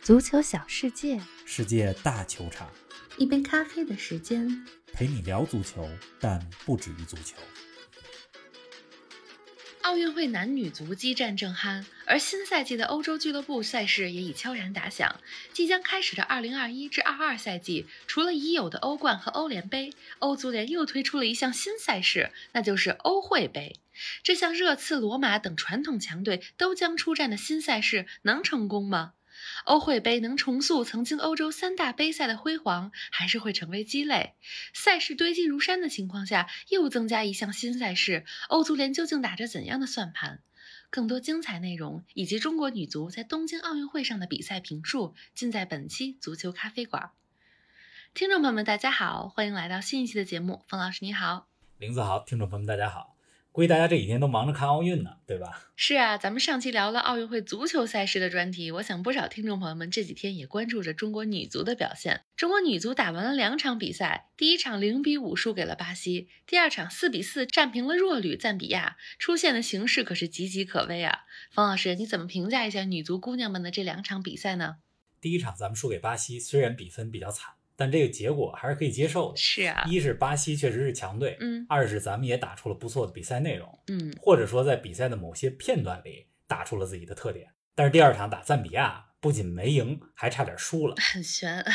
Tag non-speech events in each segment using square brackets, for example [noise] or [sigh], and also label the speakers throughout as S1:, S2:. S1: 足球小世界，
S2: 世界大球场，
S1: 一杯咖啡的时间。
S2: 陪你聊足球，但不止于足球。
S1: 奥运会男女足激战正酣，而新赛季的欧洲俱乐部赛事也已悄然打响。即将开始的2021至22赛季，除了已有的欧冠和欧联杯，欧足联又推出了一项新赛事，那就是欧会杯。这项热刺、罗马等传统强队都将出战的新赛事，能成功吗？欧会杯能重塑曾经欧洲三大杯赛的辉煌，还是会成为鸡肋？赛事堆积如山的情况下，又增加一项新赛事，欧足联究竟打着怎样的算盘？更多精彩内容以及中国女足在东京奥运会上的比赛评述，尽在本期足球咖啡馆。听众朋友们，大家好，欢迎来到新一期的节目。冯老师你好，
S2: 林子豪，听众朋友们，大家好。估计大家这几天都忙着看奥运呢，对吧？
S1: 是啊，咱们上期聊了奥运会足球赛事的专题，我想不少听众朋友们这几天也关注着中国女足的表现。中国女足打完了两场比赛，第一场零比五输给了巴西，第二场四比四战平了弱旅赞比亚，出现的形势可是岌岌可危啊！方老师，你怎么评价一下女足姑娘们的这两场比赛呢？
S2: 第一场咱们输给巴西，虽然比分比较惨，但这个结果还是可以接受的。
S1: 是啊，
S2: 一是巴西确实是强队，
S1: 嗯
S2: 二是咱们也打出了不错的比赛内容，
S1: 嗯，
S2: 或者说在比赛的某些片段里打出了自己的特点。但是第二场打赞比亚，不仅没赢，还差点输
S1: [laughs]
S2: 了。
S1: 很悬。啊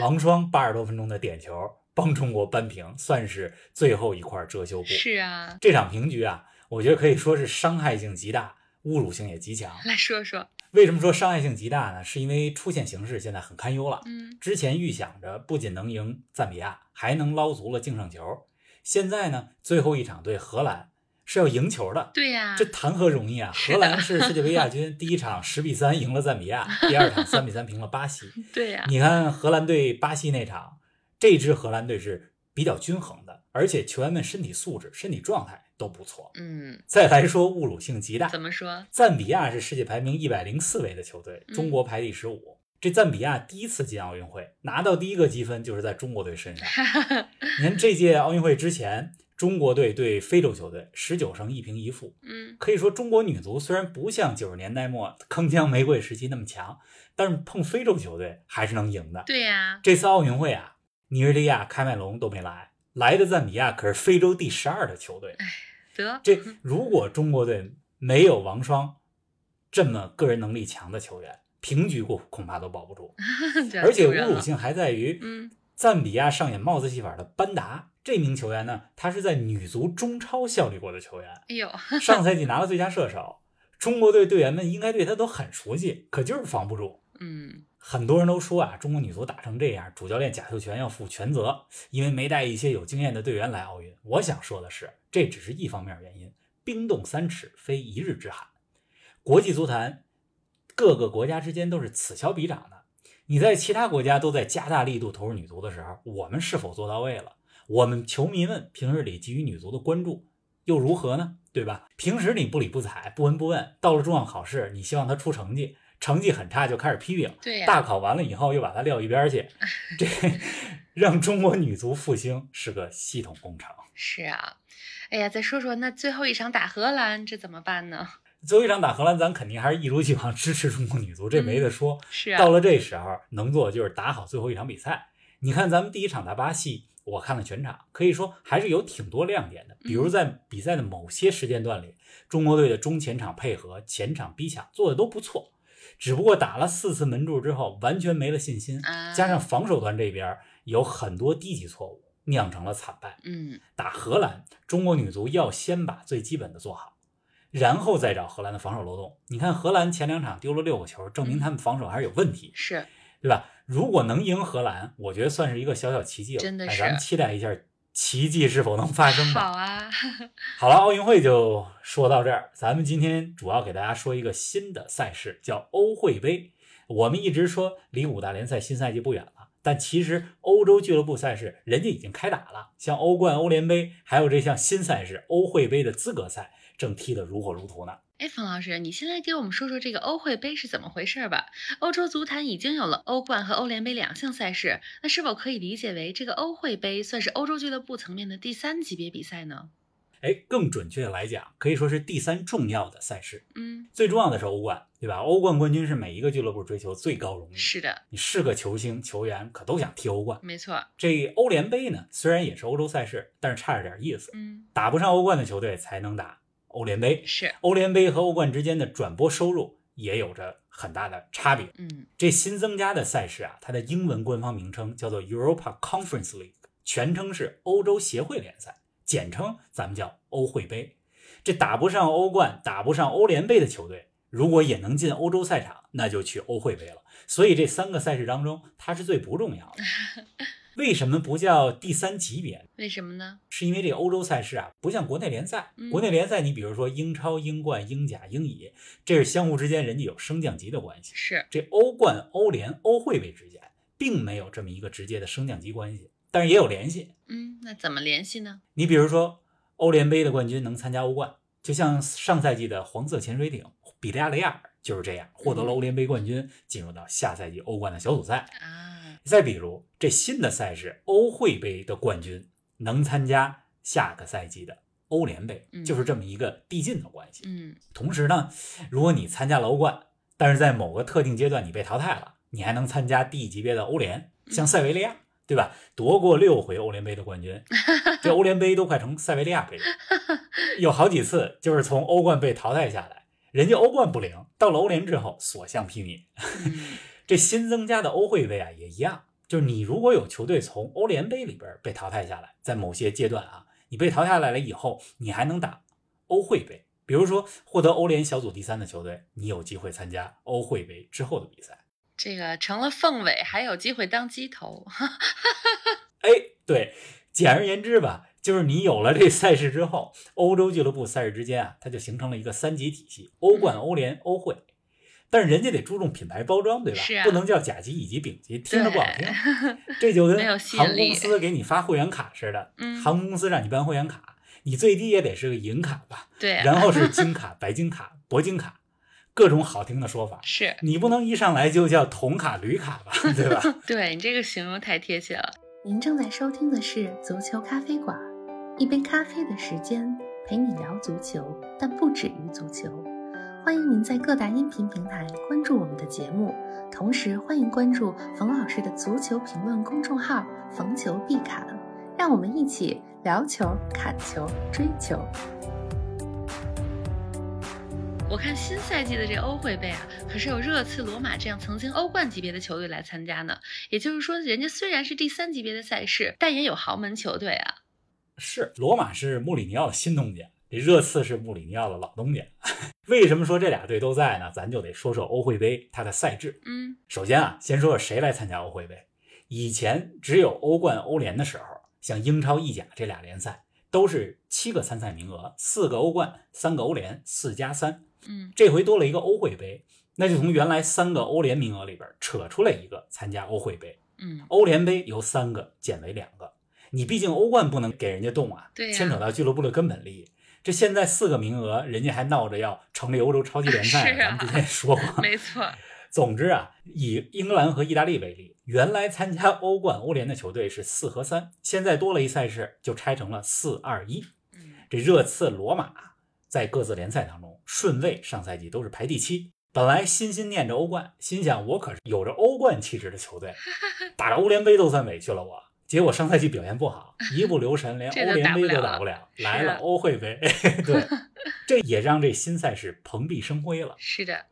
S2: 王霜八十多分钟的点球帮中国扳平，算是最后一块遮羞布。
S1: 是啊，
S2: 这场平局啊，我觉得可以说是伤害性极大，侮辱性也极强。
S1: 来说说，
S2: 为什么说伤害性极大呢？是因为出现形势现在很堪忧了。
S1: 嗯
S2: 之前预想着不仅能赢赞比亚，还能捞足了净胜球，现在呢，最后一场对荷兰是要赢球的，
S1: 对呀、
S2: 这谈何容易啊！
S1: 是
S2: 荷
S1: 的
S2: 兰是世界杯
S1: [laughs]
S2: 亚军，第一场十比三赢了赞比亚，第二场三比三平了巴西。
S1: 对呀、
S2: 你看荷兰对巴西那场，这支荷兰队是比较均衡的，而且球员们身体素质、身体状态都不错。
S1: 嗯，
S2: 再来说侮辱性极大，
S1: 怎么说？ [laughs]
S2: 赞比亚是世界排名一百零四位的球队，
S1: 嗯
S2: 中国排第十五。这赞比亚第一次进奥运会，拿到第一个积分就是在中国队身上。
S1: [laughs]
S2: 你看这届奥运会之前，中国队对非洲球队十九胜一平一负，
S1: 嗯，
S2: 可以说中国女足虽然不像九十年代末铿锵玫瑰时期那么强，但是碰非洲球队还是能赢的。
S1: 对呀、
S2: 这次奥运会啊，尼日利亚喀麦隆都没来，来的赞比亚可是非洲第十二的球队。
S1: 得，
S2: 这如果中国队没有王霜这么个人能力强的球员，平局过恐怕都保不
S1: [laughs]
S2: 住。
S1: 这样
S2: 而且
S1: 丢人
S2: 侮辱
S1: 啊了
S2: 性还在于，
S1: 嗯
S2: 赞比亚上演帽子戏法的班达这名球员呢，他是在女足中超效力过的球
S1: [laughs]
S2: 员，
S1: 哎呦，
S2: 上赛季拿了最佳射手。中国队队员们应该对他都很熟悉，可就是防不住。
S1: 嗯，
S2: 很多人都说啊，中国女足打成这样，主教练贾秀全要负全责，因为没带一些有经验的队员来奥运。我想说的是，这只是一方面原因，冰冻三尺非一日之寒。国际足坛各个国家之间都是此消彼长的。你在其他国家都在加大力度投入女足的时候，我们是否做到位了？我们球迷们平日里给予女足的关注又如何呢？对吧？平时你不理不睬、不闻不问，到了重要考试，你希望她出成绩，成绩很差就开始批评，
S1: 对呀、
S2: 大考完了以后又把它撂一边儿去，这让中国女足复兴是个系统工程。
S1: 是啊，哎呀，再说说那最后一场打荷兰，这怎么办呢？
S2: 最后一场打荷兰，咱肯定还是一如既往支持中国女足，这没得说。
S1: 是啊，
S2: 到了这时候，能做的就是打好最后一场比赛。你看，咱们第一场打巴西，我看了全场，可以说还是有挺多亮点的。比如在比赛的某些时间段里，中国队的中前场配合、前场逼抢做的都不错。只不过打了四次门柱之后，完全没了信心
S1: 啊，
S2: 加上防守端这边有很多低级错误，酿成了惨败。
S1: 嗯，
S2: 打荷兰，中国女足要先把最基本的做好，然后再找荷兰的防守漏洞。你看荷兰前两场丢了六个球，证明他们防守还是有问题，
S1: 是
S2: 对吧？如果能赢荷兰，我觉得算是一个小小奇迹了。
S1: 真的
S2: 哎
S1: 是
S2: 咱们期待一下奇迹是否能发生吧。
S1: 好啊， [laughs]
S2: 好了，奥运会就说到这儿，咱们今天主要给大家说一个新的赛事，叫欧会杯。我们一直说离五大联赛新赛季不远了，但其实欧洲俱乐部赛事人家已经开打了，像欧冠、欧联杯，还有这项新赛事欧会杯的资格赛，正踢得如火如荼呢。
S1: 哎，冯老师，你先来给我们说说这个欧会杯是怎么回事儿吧？欧洲足坛已经有了欧冠和欧联杯两项赛事，那是否可以理解为这个欧会杯算是欧洲俱乐部层面的第三级别比赛呢？
S2: 哎，更准确的来讲，可以说是第三重要的赛事。
S1: 嗯，
S2: 最重要的是欧冠，对吧？欧冠冠军是每一个俱乐部追求最高荣誉。
S1: 是的，
S2: 你是个球星、球员，可都想踢欧冠。
S1: 没错。
S2: 这欧联杯呢，虽然也是欧洲赛事，但是差着点意思。
S1: 嗯，
S2: 打不上欧冠的球队才能打欧联杯。
S1: 是，
S2: 欧联杯和欧冠之间的转播收入也有着很大的差别。
S1: 嗯
S2: 这新增加的赛事啊，它的英文官方名称叫做 Europa Conference League，全称是欧洲协会联赛，简称咱们叫欧会杯。这打不上欧冠、打不上欧联杯的球队，如果也能进欧洲赛场，那就去欧会杯了。所以这三个赛事当中，它是最不重要的。为什么不叫第三级别呢？
S1: 为什么呢？
S2: 是因为这个欧洲赛事啊，不像国内联赛
S1: 嗯。
S2: 国内联赛，你比如说英超、英冠、英甲、英乙，这是相互之间人家有升降级的关系。
S1: 是，
S2: 这欧冠、欧联、欧会杯之间并没有这么一个直接的升降级关系，但是也有联系。
S1: 嗯，那怎么联系呢？
S2: 你比如说，欧联杯的冠军能参加欧冠，就像上赛季的黄色潜水艇比利亚雷亚尔就是这样获得了欧联杯冠军，进入到下赛季欧冠的小组赛。
S1: 啊，
S2: 再比如，这新的赛事欧会杯的冠军能参加下个赛季的欧联杯
S1: 嗯，
S2: 就是这么一个递进的关系。
S1: 嗯，
S2: 同时呢，如果你参加了欧冠，但是在某个特定阶段你被淘汰了，你还能参加 D 级别的欧联，像塞维利亚，对吧？夺过六回欧联杯的冠军，这欧联杯都快成塞维利亚杯了。有好几次就是从欧冠被淘汰下来，人家欧冠不灵，到了欧联之后所向披靡。
S1: 嗯
S2: 这新增加的欧会杯啊也一样，就是你如果有球队从欧联杯里边被淘汰下来，在某些阶段啊，你被淘汰下来了以后，你还能打欧会杯。比如说，获得欧联小组第三的球队，你有机会参加欧会杯之后的比赛。
S1: 这个成了凤尾，还有机会当鸡头。 [laughs]
S2: 哎，对，简而言之吧，就是你有了这赛事之后，欧洲俱乐部赛事之间啊，它就形成了一个三级体系：欧冠、
S1: 嗯
S2: 欧联、欧会。但是人家得注重品牌包装，对吧？
S1: 是啊
S2: 不能叫甲级、乙级、丙级，听着不好听。这就
S1: [laughs] 没有
S2: 跟
S1: 吸
S2: 航
S1: 引
S2: 空
S1: 力
S2: 公司给你发会员卡似的，
S1: 嗯
S2: 航空公司让你办会员卡，你最低也得是个银卡吧，
S1: 对啊，
S2: 然后是金卡、白金卡、铂金卡，各种好听的说法。
S1: 是，
S2: 你不能一上来就叫铜卡、铝卡吧，对吧？
S1: 对你这个形容太贴切了。
S3: 您正在收听的是《足球咖啡馆》，一杯咖啡的时间陪你聊足球，但不止于足球。欢迎您在各大音频平台关注我们的节目，同时欢迎关注冯老师的足球评论公众号“冯球必侃”，让我们一起聊球、砍球、追球。
S1: 我看新赛季的这欧会杯啊，可是有热刺、罗马这样曾经欧冠级别的球队来参加呢。也就是说，人家虽然是第三级别的赛事，但也有豪门球队啊。
S2: 是，罗马是穆里尼奥的新东家，这热刺是穆里尼奥的老东家。 [laughs] 为什么说这俩队都在呢？咱就得说说欧会杯它的赛制。
S1: 嗯
S2: 首先啊，先说说谁来参加欧会杯。以前只有欧冠、欧联的时候，像英超、意甲这俩联赛都是七个参赛名额，四个欧冠，三个欧联，四加三。
S1: 嗯，
S2: 这回多了一个欧会杯，那就从原来三个欧联名额里边扯出来一个参加欧会杯。
S1: 嗯，
S2: 欧联杯由三个减为两个，你毕竟欧冠不能给人家动啊，
S1: 对呀
S2: 牵扯到俱乐部的根本利益。这现在四个名额，人家还闹着要成立欧洲超级联赛
S1: [laughs] 是
S2: 呢，
S1: 啊
S2: 咱们之前也说过。
S1: 没错，
S2: 总之啊，以英格兰和意大利为例，原来参加欧冠、欧联的球队是四和三，现在多了一赛事，就拆成了四二一。
S1: 嗯
S2: 这热刺、罗马在各自联赛当中顺位上赛季都是排第七。本来心心念着欧冠，心想我可是有着欧冠气质的球
S1: [laughs]
S2: 队，打着欧联杯都算委屈了我。结果上赛季表现不好，一不留神连
S1: [laughs] 这都
S2: 欧联杯都
S1: 打
S2: 打
S1: 不
S2: 不
S1: 了
S2: 了，
S1: 是啊
S2: 来了欧会杯， [laughs]
S1: [laughs]
S2: 对，这也让这新赛事蓬荜生辉了。
S1: 是的，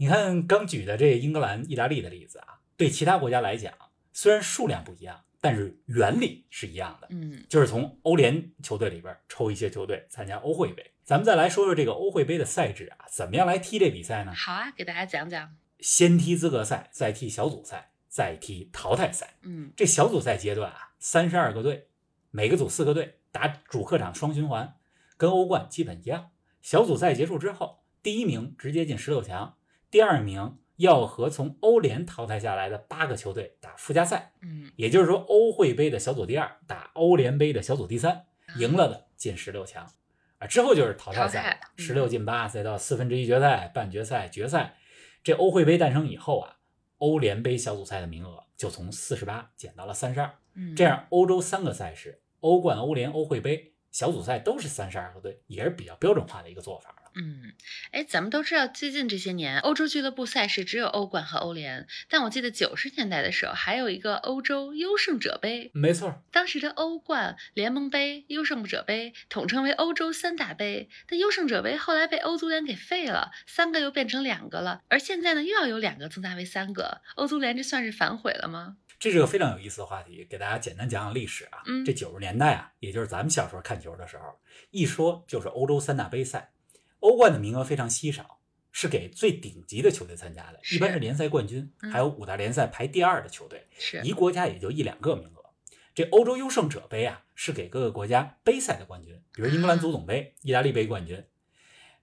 S2: 你看刚举的这英格兰、意大利的例子啊，对其他国家来讲，虽然数量不一样，但是原理是一样的。
S1: 嗯
S2: 就是从欧联球队里边抽一些球队参加欧会杯。咱们再来说说这个欧会杯的赛制啊，怎么样来踢这比赛呢？
S1: 好啊，给大家讲讲。
S2: 先踢资格赛，再踢小组赛，再踢淘汰赛。
S1: 嗯
S2: 这小组赛阶段啊，三十二个队，每个组四个队，打主客场双循环，跟欧冠基本一样。小组赛结束之后，第一名直接进十六强，第二名要和从欧联淘汰下来的八个球队打附加赛，
S1: 嗯，
S2: 也就是说，欧会杯的小组第二打欧联杯的小组第三。赢了的进十六强，啊，之后就是淘汰
S1: 淘汰
S2: 赛，
S1: 嗯
S2: 十六进八，再到四分之一决赛、半决赛、决赛。这欧会杯诞生以后啊，欧联杯小组赛的名额就从四十八减到了三十二，
S1: 嗯
S2: 这样欧洲三个赛事——欧冠、欧联、欧会杯，小组赛都是三十二个队，也是比较标准化的一个做法了。
S1: 嗯，哎，咱们都知道，最近这些年欧洲俱乐部赛事只有欧冠和欧联，但我记得九十年代的时候还有一个欧洲优胜者杯，
S2: 没错，
S1: 当时的欧冠、联盟杯、优胜者杯统称为欧洲三大杯，但优胜者杯后来被欧足联给废了，三个又变成两个了，而现在呢又要有两个增加为三个，欧足联这算是反悔了吗？
S2: 这是个非常有意思的话题，给大家简单讲讲历史啊。
S1: 嗯
S2: 这九十年代啊，也就是咱们小时候看球的时候，一说就是欧洲三大杯赛，欧冠的名额非常稀少，是给最顶级的球队参加的，
S1: 是
S2: 一般是联赛冠军，
S1: 嗯
S2: 还有五大联赛排第二的球队，
S1: 是，
S2: 一国家也就一两个名额。这欧洲优胜者杯啊，是给各个国家杯赛的冠军，比如英
S1: 啊
S2: 格兰足总杯、意大利杯冠军。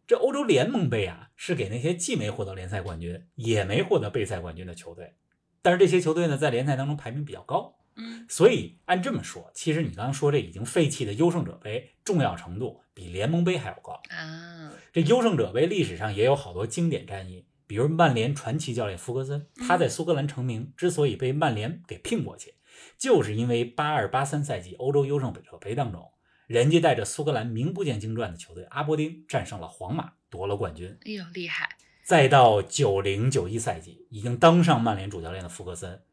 S2: 这欧洲联盟杯啊，是给那些既没获得联赛冠军，也没获得杯赛冠军的球队。但是这些球队呢，在联赛当中排名比较高，
S1: 嗯，
S2: 所以按这么说，其实你刚刚说这已经废弃的优胜者杯重要程度比联盟杯还要高。
S1: 啊，
S2: 这优胜者杯历史上也有好多经典战役，比如曼联传奇教练福格森，
S1: 嗯
S2: 他在苏格兰成名，之所以被曼联给聘过去，就是因为八二八三赛季欧洲优胜者杯当中，人家带着苏格兰名不见经传的球队阿伯丁战胜了皇马，夺了冠军。
S1: 哎呦厉害，
S2: 再到九零九一赛季，已经当上曼联主教练的福格森，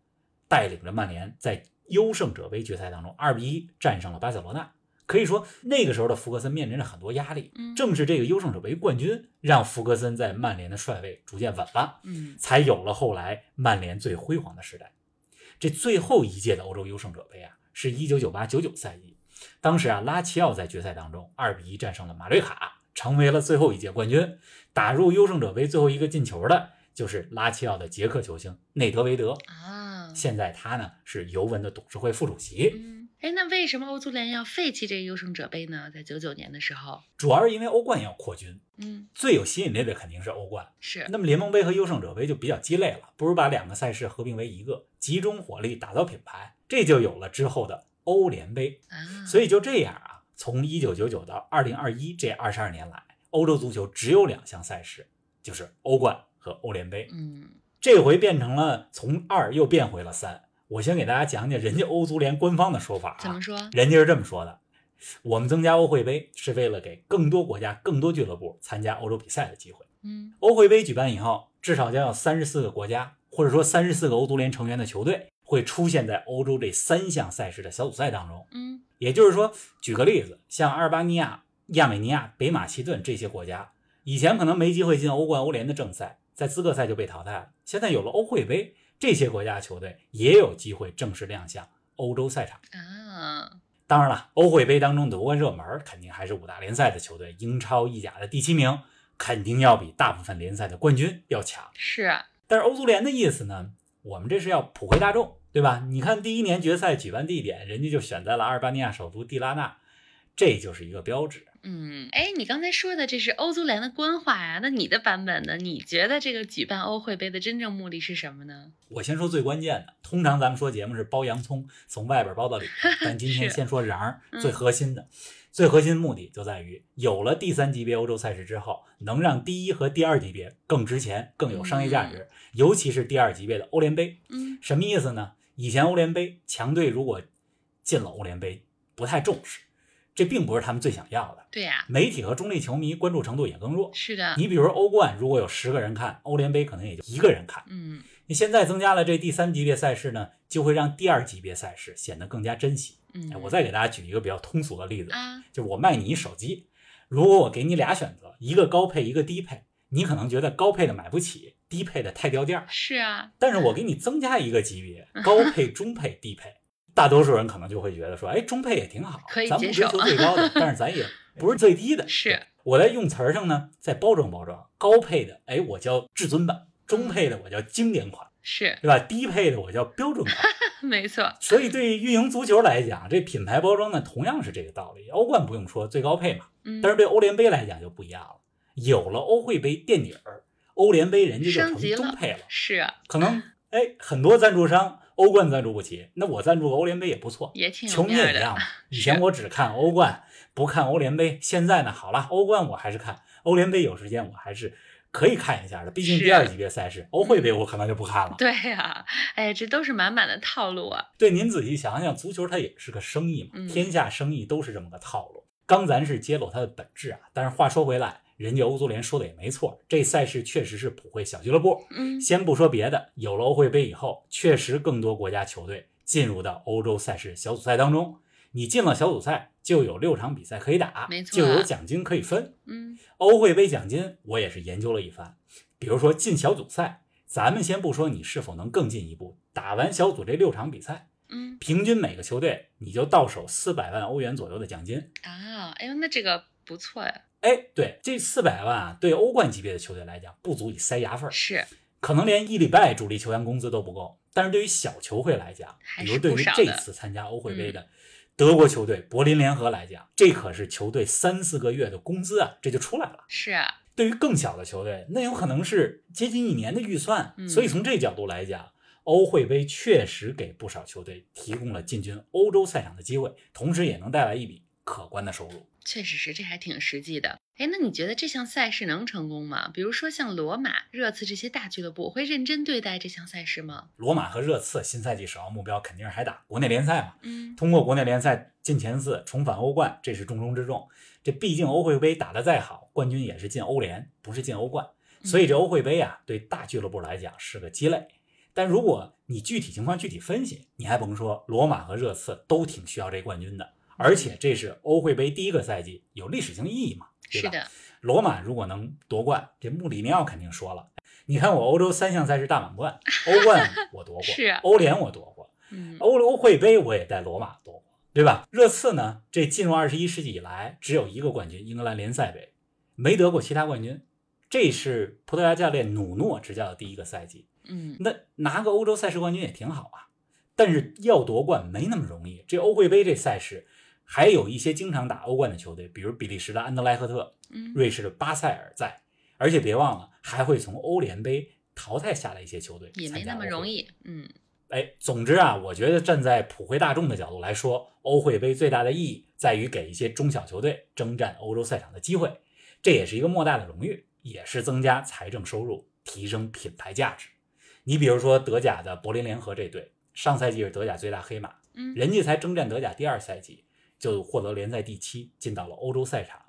S2: 带领着曼联在优胜者杯决赛当中二比一战胜了巴塞罗那。可以说，那个时候的福格森面临着很多压力
S1: 嗯，
S2: 正是这个优胜者杯冠军让福格森在曼联的帅位逐渐稳了，
S1: 嗯
S2: 才有了后来曼联最辉煌的时代。这最后一届的欧洲优胜者杯啊，是一九九八九九赛季，当时啊，拉齐奥在决赛当中二比一战胜了马略卡，成为了最后一届冠军。打入优胜者杯最后一个进球的就是拉齐奥的捷克球星内德维德。
S1: 啊，
S2: 现在他呢是尤文的董事会副主席，
S1: 嗯，哎，那为什么欧足联要废弃这个优胜者杯呢？在九九年的时候，
S2: 主要是因为欧冠也要扩军，
S1: 嗯，
S2: 最有吸引力的肯定是欧冠。
S1: 是，
S2: 那么联盟杯和优胜者杯就比较鸡肋了，不如把两个赛事合并为一个，集中火力打造品牌，这就有了之后的欧联杯。
S1: 啊，
S2: 所以就这样啊，从一九九九到二零二一这二十二年来，欧洲足球只有两项赛事，就是欧冠和欧联杯。
S1: 嗯，
S2: 这回变成了从二又变回了三。我先给大家讲讲人家欧足联官方的说法
S1: 怎
S2: 啊
S1: 么，说？
S2: 人家是这么说的：我们增加欧会杯是为了给更多国家、更多俱乐部参加欧洲比赛的机会。
S1: 嗯
S2: 欧会杯举办以后，至少将有三十四个国家，或者说三十四个欧足联成员的球队会出现在欧洲这三项赛事的小组赛当中。
S1: 嗯
S2: 也就是说，举个例子，像阿尔巴尼亚、亚美尼亚、北马其顿这些国家，以前可能没机会进欧冠、欧联的正赛，在资格赛就被淘汰了。现在有了欧会杯，这些国家的球队也有机会正式亮相欧洲赛场。
S1: 啊，
S2: 当然了，欧会杯当中夺冠热门肯定还是五大联赛的球队，英超、意甲的第七名肯定要比大部分联赛的冠军要强。
S1: 是啊，
S2: 但是欧足联的意思呢，我们这是要普惠大众，对吧？你看第一年决赛举办地点，人家就选在了阿尔巴尼亚首都蒂拉纳，这就是一个标志。
S1: 嗯，哎，你刚才说的这是欧足联的官话呀、那你的版本呢？你觉得这个举办欧会杯的真正目的是什么呢？
S2: 我先说最关键的，通常咱们说节目是剥洋葱，从外边剥到里边，但今天
S1: [laughs] 是
S2: 先说瓤儿
S1: 嗯，
S2: 最核心的，最核心目的就在于有了第三级别欧洲赛事之后，能让第一和第二级别更值钱、更有商业价值，尤其是第二级别的欧联杯，
S1: 嗯
S2: 什么意思呢？以前欧联杯强队如果进了欧联杯，不太重视，这并不是他们最想要的。
S1: 对呀、
S2: 媒体和中立球迷关注程度也更弱。
S1: 是的，
S2: 你比如欧冠，如果有十个人看，欧联杯可能也就一个人看。
S1: 嗯
S2: 你现在增加了这第三级别赛事呢，就会让第二级别赛事显得更加珍惜。哎
S1: 嗯，
S2: 我再给大家举一个比较通俗的例子，
S1: 啊，
S2: 就是我卖你一手机，如果我给你俩选择，一个高配，一个低配，你可能觉得高配的买不起，低配的太掉价儿。
S1: 是啊，
S2: 但是我给你增加一个级别，高配、中配、低配，大多数人可能就会觉得说，哎，中配也挺好，
S1: 可以
S2: 咱不
S1: 接
S2: 追
S1: 受
S2: 求最高的，但是
S1: [laughs]
S2: 咱也不是最低的。
S1: 是，
S2: 我在用词儿上呢，再包装包装，高配的，哎，我叫至尊版；中配
S1: 嗯
S2: 的我叫经典款，
S1: 是，
S2: 对吧？低配的我叫标准款。
S1: 没错，
S2: 所以对于运营足球来讲，这品牌包装呢，同样是这个道理。欧冠不用说，最高配嘛，
S1: 嗯
S2: 但，是对欧联杯来讲就不一样了。有了欧会杯垫底儿，欧联杯人家就
S1: 升级
S2: 成
S1: 了
S2: 中配了。
S1: 是啊，
S2: 可能哎，很多赞助商欧冠赞助不起，那我赞助个欧联杯也不错。
S1: 也挺有
S2: 球迷
S1: 面
S2: 也
S1: 儿
S2: 一样
S1: 的， [laughs]
S2: 嘛，以前我只看欧冠，不看欧联杯。现在呢，好了，欧冠我还是看，欧联杯有时间我还是可以看一下的。毕竟
S1: 是
S2: 第二级别赛事，欧会杯我可能就不看了。
S1: 对呀、哎，这都是满满的套路啊，
S2: 对，您仔细想想，足球它也是个生意嘛，
S1: 嗯
S2: 天下生意都是这么个套路。刚咱是揭露它的本质啊，但是话说回来，人家欧足联说的也没错，这赛事确实是普惠小俱乐部。
S1: 嗯，
S2: 先不说别的，有了欧会杯以后，确实更多国家球队进入到欧洲赛事小组赛当中。你进了小组赛，就有六场比赛可以打，
S1: 没错啊
S2: 就有奖金可以分。
S1: 嗯
S2: 欧会杯奖金我也是研究了一番，比如说进小组赛，咱们先不说你是否能更进一步，打完小组这六场比赛，
S1: 嗯
S2: 平均每个球队你就到手四百万欧元左右的奖金。
S1: 啊，哎呦，那这个不错呀，
S2: 哎，对，这四百万啊，对欧冠级别的球队来讲，不足以塞牙缝儿，
S1: 是
S2: 可能连一礼拜主力球员工资都不够。但是对于小球会来讲，
S1: 还
S2: 比
S1: 是
S2: 如对
S1: 不
S2: 于
S1: 少
S2: 这
S1: 的嗯
S2: 次参加欧会杯的德国球队柏林联合来讲，这可是球队三四个月的工资啊，这就出来了。
S1: 是啊，
S2: 对于更小的球队，那有可能是接近一年的预算。
S1: 嗯
S2: 所以从这角度来讲，欧会杯确实给不少球队提供了进军欧洲赛场的机会，同时也能带来一笔可观的收入。
S1: 确实是，这还挺实际的。哎，那你觉得这项赛事能成功吗？比如说像罗马、热刺这些大俱乐部会认真对待这项赛事吗？
S2: 罗马和热刺新赛季首要目标肯定是还打国内联赛嘛，
S1: 嗯，
S2: 通过国内联赛进前四，重返欧冠，这是重中之重。这毕竟欧会杯打得再好，冠军也是进欧联，不是进欧冠。所
S1: 嗯
S2: 以这欧会杯啊，对大俱乐部来讲是个鸡肋。但如果你具体情况具体分析，你还甭说，罗马和热刺都挺需要这冠军的，而且这是欧会杯第一个赛季，有历史性意义嘛，对
S1: 是
S2: 吧？
S1: 的，
S2: 罗马如果能夺冠，这穆里尼奥肯定说了，你看我欧洲三项赛事大满贯，欧冠我夺过，
S1: [laughs] 是啊
S2: 欧联我夺过，
S1: 嗯，
S2: 欧欧会杯我也带罗马夺过，对吧？热刺呢，这进入二十一世纪以来只有一个冠军，英格兰联赛杯，没得过其他冠军。这是葡萄牙教练努诺执教的第一个赛季，
S1: 嗯，
S2: 那拿个欧洲赛事冠军也挺好啊。但是要夺冠没那么容易，这欧会杯这赛事，还有一些经常打欧冠的球队，比如比利时的安德莱赫特，
S1: 嗯，
S2: 瑞士的巴塞尔在，而且别忘了还会从欧联杯淘汰下来一些球队，
S1: 也没那么容。易，嗯，
S2: 哎，总之啊，我觉得站在普惠大众的角度来说，欧会杯最大的意义在于给一些中小球队征战欧洲赛场的机会，这也是一个莫大的荣誉，也是增加财政收入、提升品牌价值。你比如说德甲的柏林联合这队，上赛季是德甲最大黑马，
S1: 嗯，
S2: 人家才征战德甲第二赛季就获得联赛第七，进到了欧洲赛场。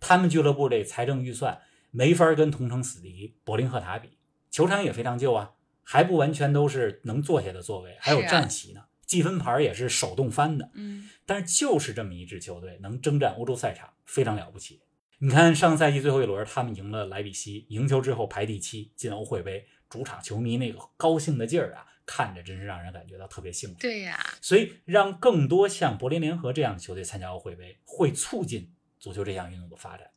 S2: 他们俱乐部这财政预算没法跟同城死敌柏林赫塔比，球场也非常旧啊，还不完全都是能坐下的座位，还有
S1: 是啊
S2: 站席呢。计分牌也是手动翻的，
S1: 嗯，
S2: 但是就是这么一支球队能征战欧洲赛场，非常了不起。你看上赛季最后一轮，他们赢了莱比锡，赢球之后排第七，进欧会杯，主场球迷那个高兴的劲儿啊，看着真是让人感觉到特别幸福。
S1: 对呀、
S2: 所以让更多像柏林联合这样的球队参加欧会杯，会促进足球这项运动的发展。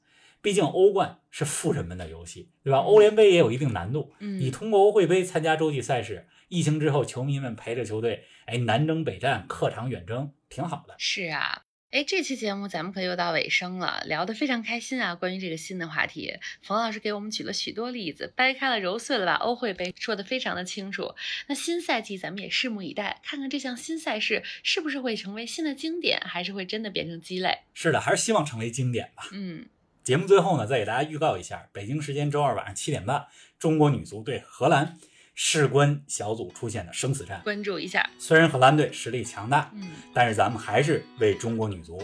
S2: 毕竟欧冠是富人们的游戏，对吧？
S1: 嗯
S2: 欧联杯也有一定难度。
S1: 嗯，
S2: 你通过欧会杯参加洲际赛事，疫情之后，球迷们陪着球队，哎，南征北战，客场远征，挺好的。
S1: 是啊，哎，这期节目咱们可又到尾声了，聊得非常开心啊。关于这个新的话题，冯老师给我们举了许多例子，掰开了揉碎了把欧会杯说得非常的清楚。那新赛季咱们也拭目以待，看看这项新赛事是不是会成为新的经典，还是会真的变成鸡肋。
S2: 是的，还是希望成为经典吧。
S1: 嗯，
S2: 节目最后呢，再给大家预告一下，北京时间周二晚上七点半，中国女足对荷兰，事关小组出现的生死战。
S1: 关注一下。
S2: 虽然荷兰队实力强大，
S1: 嗯，
S2: 但是咱们还是为中国女足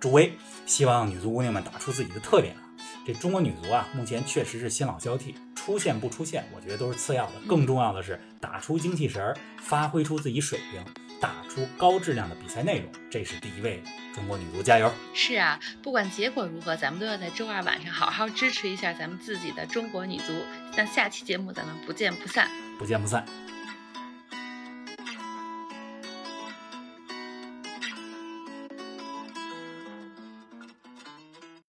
S2: 助威，希望女足姑娘们打出自己的特点啊。这中国女足啊，目前确实是新老交替，出现不出现，我觉得都是次要的，更重要的是打出精气神儿，发挥出自己水平，打出高质量的比赛内容，这是第一位的。中国女足加油！
S1: 是啊，不管结果如何，咱们都要在周二晚上好好支持一下咱们自己的中国女足。那下期节目咱们不见不散。
S2: 不见不散。